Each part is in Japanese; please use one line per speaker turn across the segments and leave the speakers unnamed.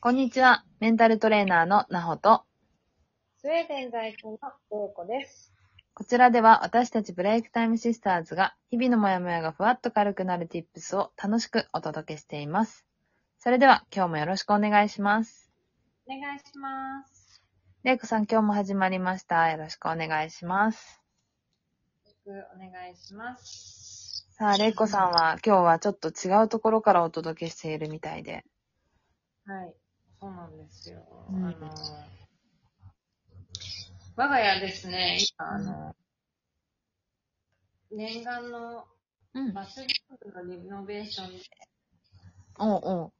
こんにちは。メンタルトレーナーのなほと、
スウェーデン在住のレイコです。
こちらでは私たちブレイクタイムシスターズが日々のモヤモヤがふわっと軽くなる tips を楽しくお届けしています。それでは今日もよろしくお願いします。
お願いします。
れいこさん今日も始まりました。よろしくお願いします。
よろしくお願いします。
さあ、れいこさんは今日はちょっと違うところからお届けしているみたいで。
はい。そうなんですよ。
うん
あの、我が家ですね、今、あの、念願の
うん。
バスルームのリノベーションで、
おうおう。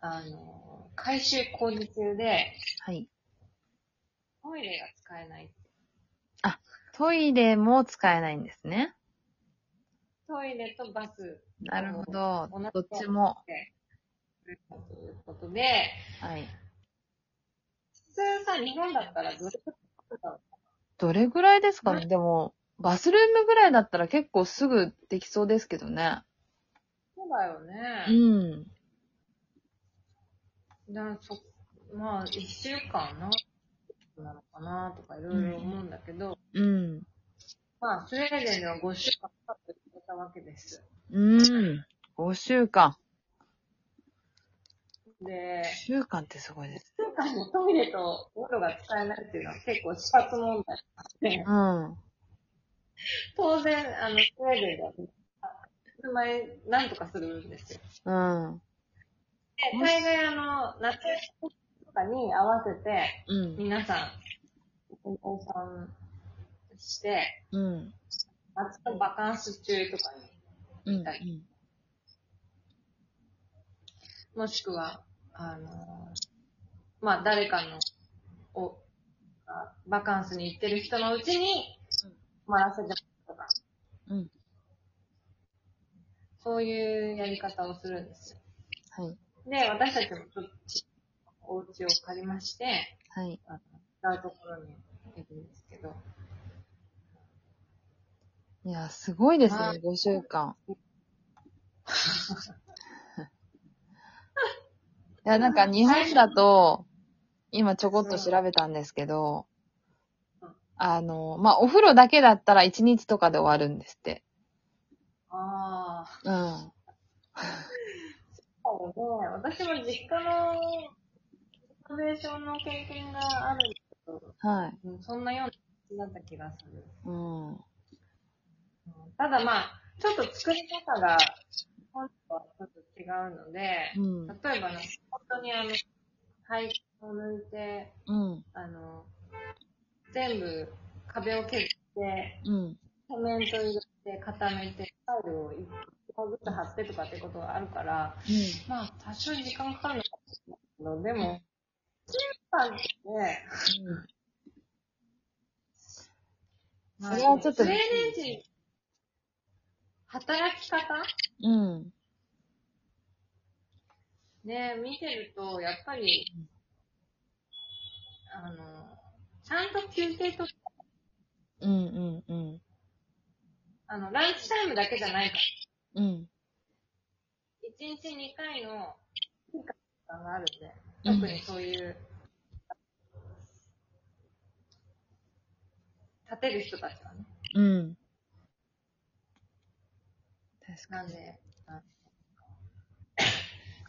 あの、改修工事中で、
はい。
トイレが使えない。
トイレも使えないんですね。
トイレとバス
なるほど
同じ。
どっちも。
で、ということで、
はい。
普通さ、日本だったらずっと
どれぐらいですかねでも、バスルームぐらいだったら結構すぐできそうですけどね。
そうだよ
う
ね。
ん。
だそまあ、一週間な、なのかなとかいろいろ思うんだけど、
うん。
まあ、スウェーデンでは5週間かかってくれたわけです。
うん。5週間。
で、
5週間ってすごいです。
今回のトイレとお風呂が使えないっていうのは結構死活問題で
う、ん。
当然、あの、スウェーデンでは、数万円なんとかするんですよ。
うん。
で、大概あの、夏休みとかに合わせて、
うん。
皆さん、お子さんして、
うん。
夏のバカンス中とかに、
うん
は。もしくは、あのーまあ、誰かの、お、あバカンスに行ってる人のうちに
うん、
回らせてもらうとか、
うん。
そういうやり方をするんですよ。
はい。
で、私たちもちょっと、お家を借りまして、
はい。
あの使うところに行くんですけど、
いや、すごいですね
は、
5週 間。いや、なんか日本だと、今ちょこっと調べたんですけど
うん、
あの、まあ、お風呂だけだったら1日とかで終わるんですって。
ああ、
うん。
そうね、私も実家の、リノベーションの経験があるんですけど、
はい。
うんそんなようになった気がする。
うん。う
うんただまあ、ちょっと作り方が、本とはちょっと違うので、
ん。
例えばね、本当にあの、配置を抜いて、
うん。
あの、全部壁を削って、
うん。
セメント入れて固めて、タイルを一個ずつ貼ってとかってことがあるから、まあ、多少時間かかるのかもしれないけど、でも、1年間って、
それはちょっと
スウェーデン人、働き方
うん。うん。
ね、見てると、やっぱり、あの、ちゃんと休憩とか、
うん。うん。
あの、ランチタイムだけじゃないから、
うん。
1日2回の、時間があるんで、
うん
特にそういう、立てる人たちはね。
うん。確か
な
に
ん。で、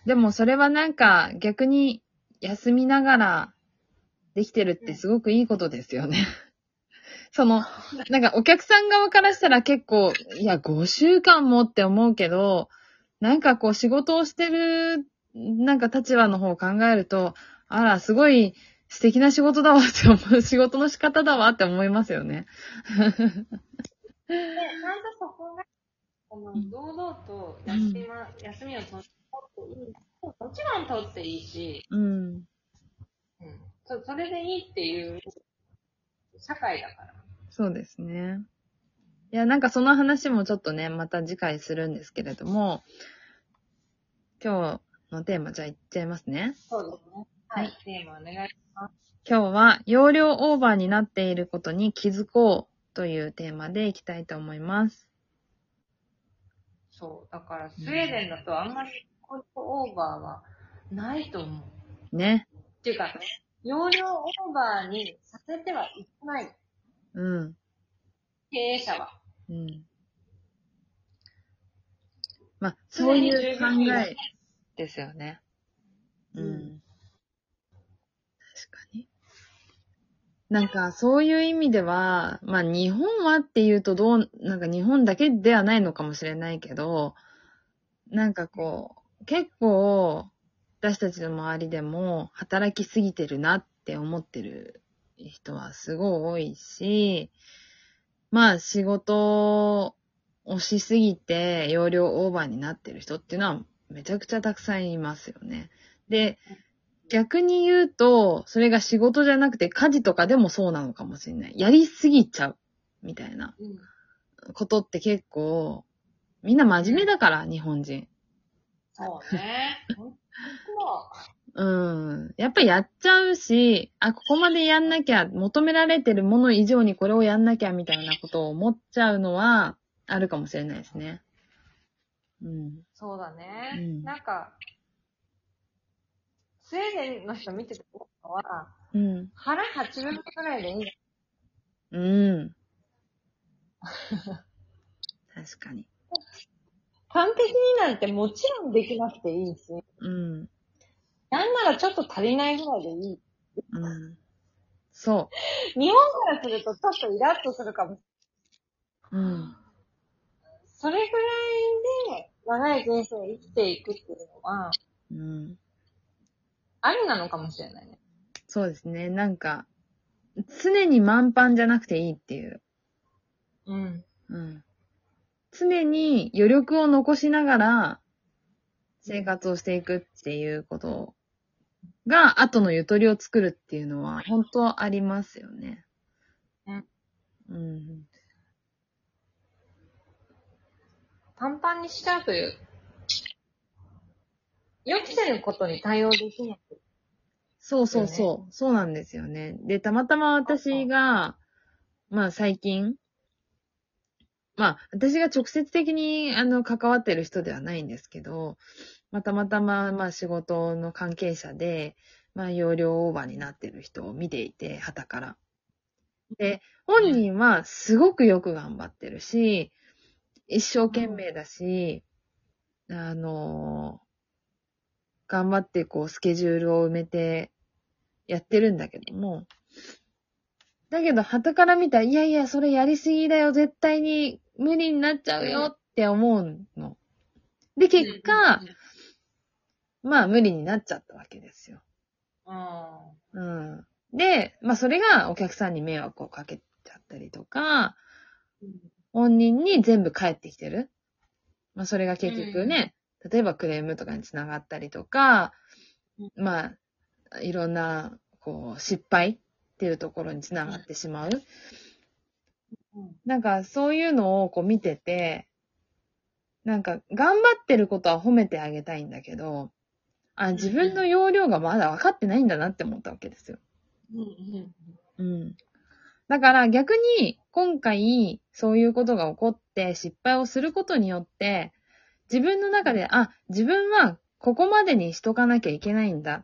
でもそれはなんか逆に休みながらできてるってすごくいいことですよね。 その、なんかお客さん側からしたら結構、いや、5週間もって思うけど、なんかこう仕事をしてる、なんか立場の方を考えると、あら、すごい素敵な仕事だわって思う、仕事の仕方だわって思いますよね。
で、ちゃんとそこが、あの、堂々と休みは、休みを取っていい。もちろん取っていいし、
うん。
うん、そそれでいいっていう、社会だから。
そうですね。いや、なんかその話もちょっとね、また次回するんですけれども、今日のテーマじゃあいっちゃいますね。
そうですね。はい。テーマお願いします。
今日は、容量オーバーになっていることに気づこうというテーマでいきたいと思います。
そう。だから、スウェーデンだとあんまりコールオーバーはないと思う。
ね。
っていうか、容量オーバーにさせてはいけない。
うん。
経営者は。
うん。まあ、そういう考えですよね。う。
うん
確かに。なんか、そういう意味では、まあ、日本はっていうとどう、なんか日本だけではないのかもしれないけど、なんかこう、結構、私たちの周りでも、働きすぎてるなって思ってる人はすごい多いし、まあ、仕事をしすぎて、容量オーバーになってる人っていうのは、めちゃくちゃたくさんいますよね。で、逆に言うと、それが仕事じゃなくて家事とかでもそうなのかもしれない。やりすぎちゃう、みたいな
うん。
ことって結構、みんな真面目だから、日本人。
そうね。本
うん。やっぱやっちゃうし、あ、ここまでやんなきゃ、求められてるもの以上にこれをやんなきゃみたいなことを思っちゃうのは、あるかもしれないですね。うん。
そうだね。
うん
なんか、スウェーデンの人見てて思ったのは、
うん。
腹8分くらいでいいんだ。
うん。確かに。
完璧になんてもちろんできなくていいし、
うん。
なんならちょっと足りないぐらいでいい。
うん。そ
日本からするとちょっとイラッとするかも。
う。うん。
それぐらいで長い人生を生きていくっていうのは、
うん。
ありなのかもしれないね。
そうですね。なんか、常に満帆じゃなくていいっていう。
うん。
うん。常に余力を残しながら生活をしていくっていうことが、後のゆとりを作るっていうのは、本当ありますよね。
うん。
うん。
パンパンにしちゃうという、予期せぬことに対応できない。
そうそうそう。そうなんですよね。で、たまたま私が、まあ最近、まあ私が直接的にあの関わってる人ではないんですけど、まあたまたままあ仕事の関係者で、まあ容量オーバーになってる人を見ていて、旗から。で、本人はすごくよく頑張ってるし、一生懸命だし、あの頑張ってこうスケジュールを埋めてやってるんだけども、だけど、旗から見たら、いやいや、それやりすぎだよ、絶対に無理になっちゃうよって思うの。で、結果、まあ無理になっちゃったわけですよ。
うん、
うん。で、まあそれがお客さんに迷惑をかけちゃったりとか、
うん。
本人に全部返ってきてる。まあ、それが結局ね、例えばクレームとかにつながったりとか
うん、
まあ、いろんな、こう、失敗っていうところにつながってしまう。
うん
なんか、そういうのをこう見てて、なんか、頑張ってることは褒めてあげたいんだけど、あ、自分の容量がまだ分かってないんだなって思ったわけですよ。
う
う
ん
ん。だから逆に今回そういうことが起こって失敗をすることによって自分の中で、あ、自分はここまでにしとかなきゃいけないんだ。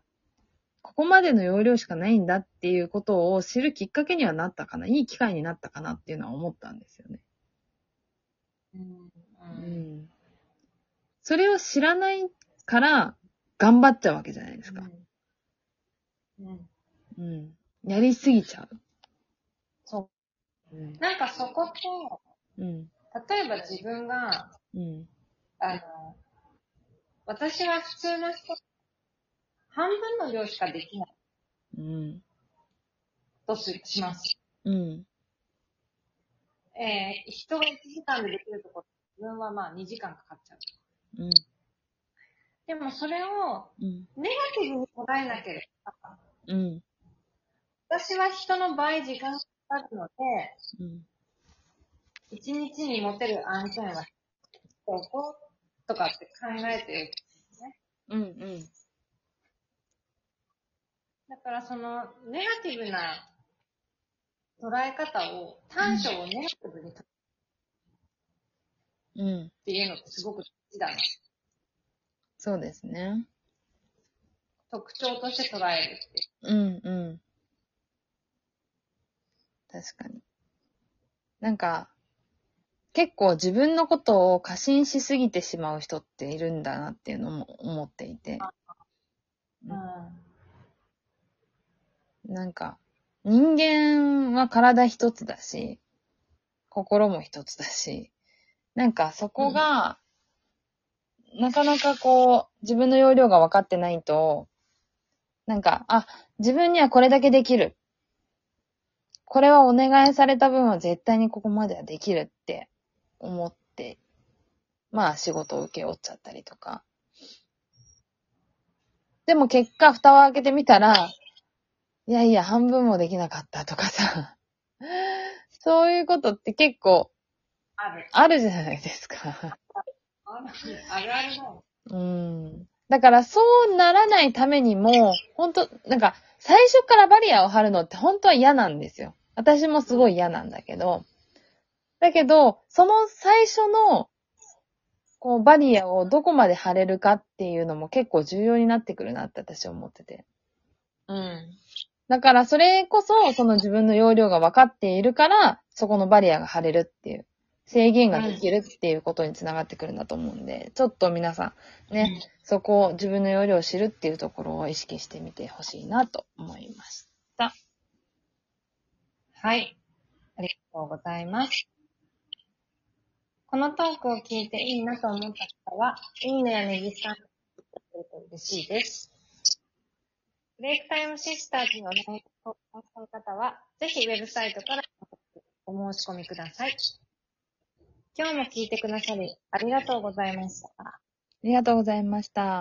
ここまでの容量しかないんだっていうことを知るきっかけにはなったかな。いい機会になったかなっていうのは思ったんですよね。
うんう
うんん。それを知らないから頑張っちゃうわけじゃないですか。
うんうん
うん。やりすぎちゃ。
そう
うん
う。。なんかそこって、
うん。
例えば自分が、
うん。
あの、私は普通の人、半分の量しかできない
うん。
としします。
うん。
えー、人が1時間でできるところ、自分はまあ2時間かかっちゃう。
うん。
でもそれを
うん。
ネガティブに捉えなければ、
うん。
私は人の倍時間かかるので、
うん。
一日に持てる案件は、こうとかって考えて、
うん。うん。
だからそのネガティブな捉え方を、短所をネガティブに捉えるっ
うん。
ていうのってすごく大事だな。
そうですね。
特徴として捉えるっていう。
うんうん。確かに。なんか、結構自分のことを過信しすぎてしまう人っているんだなっていうのも思っていて、うん
う
なんか、人間は体一つだし、心も一つだし、なんかそこが、なかなかこう、自分の容量が分かってないと、なんか、あ、自分にはこれだけできる。これはお願いされた分は絶対にここまではできるって思って、まあ仕事を請け負っちゃったりとか。でも結果、蓋を開けてみたら、いやいや、半分もできなかったとかさ、そういうことって結構
ある。
あるじゃないですか。
あるあるあるだよ。
うん。だからそうならないためにも、本当なんか、最初からバリアを張るのって本当は嫌なんですよ。私もすごい嫌なんだけど。だけど、その最初の、こう、バリアをどこまで張れるかっていうのも結構重要になってくるなって私は思ってて。
うん。
だから、それこそ、その自分の容量が分かっているから、そこのバリアが張れるっていう、制限ができるっていうことにつながってくるんだと思うんで、ちょっと皆さん、ね、そこを自分の容量を知るっていうところを意識してみてほしいなと思います。
はい。ありがとうございます。このトークを聞いていいなと思った方は、いいねやネギスタンプをくれると嬉しいです。ブレイクタイムシスターズのお悩みをお持ちの方は、ぜひウェブサイトからお申し込みください。今日も聞いてくださり、ありがとうございました。
ありがとうございました。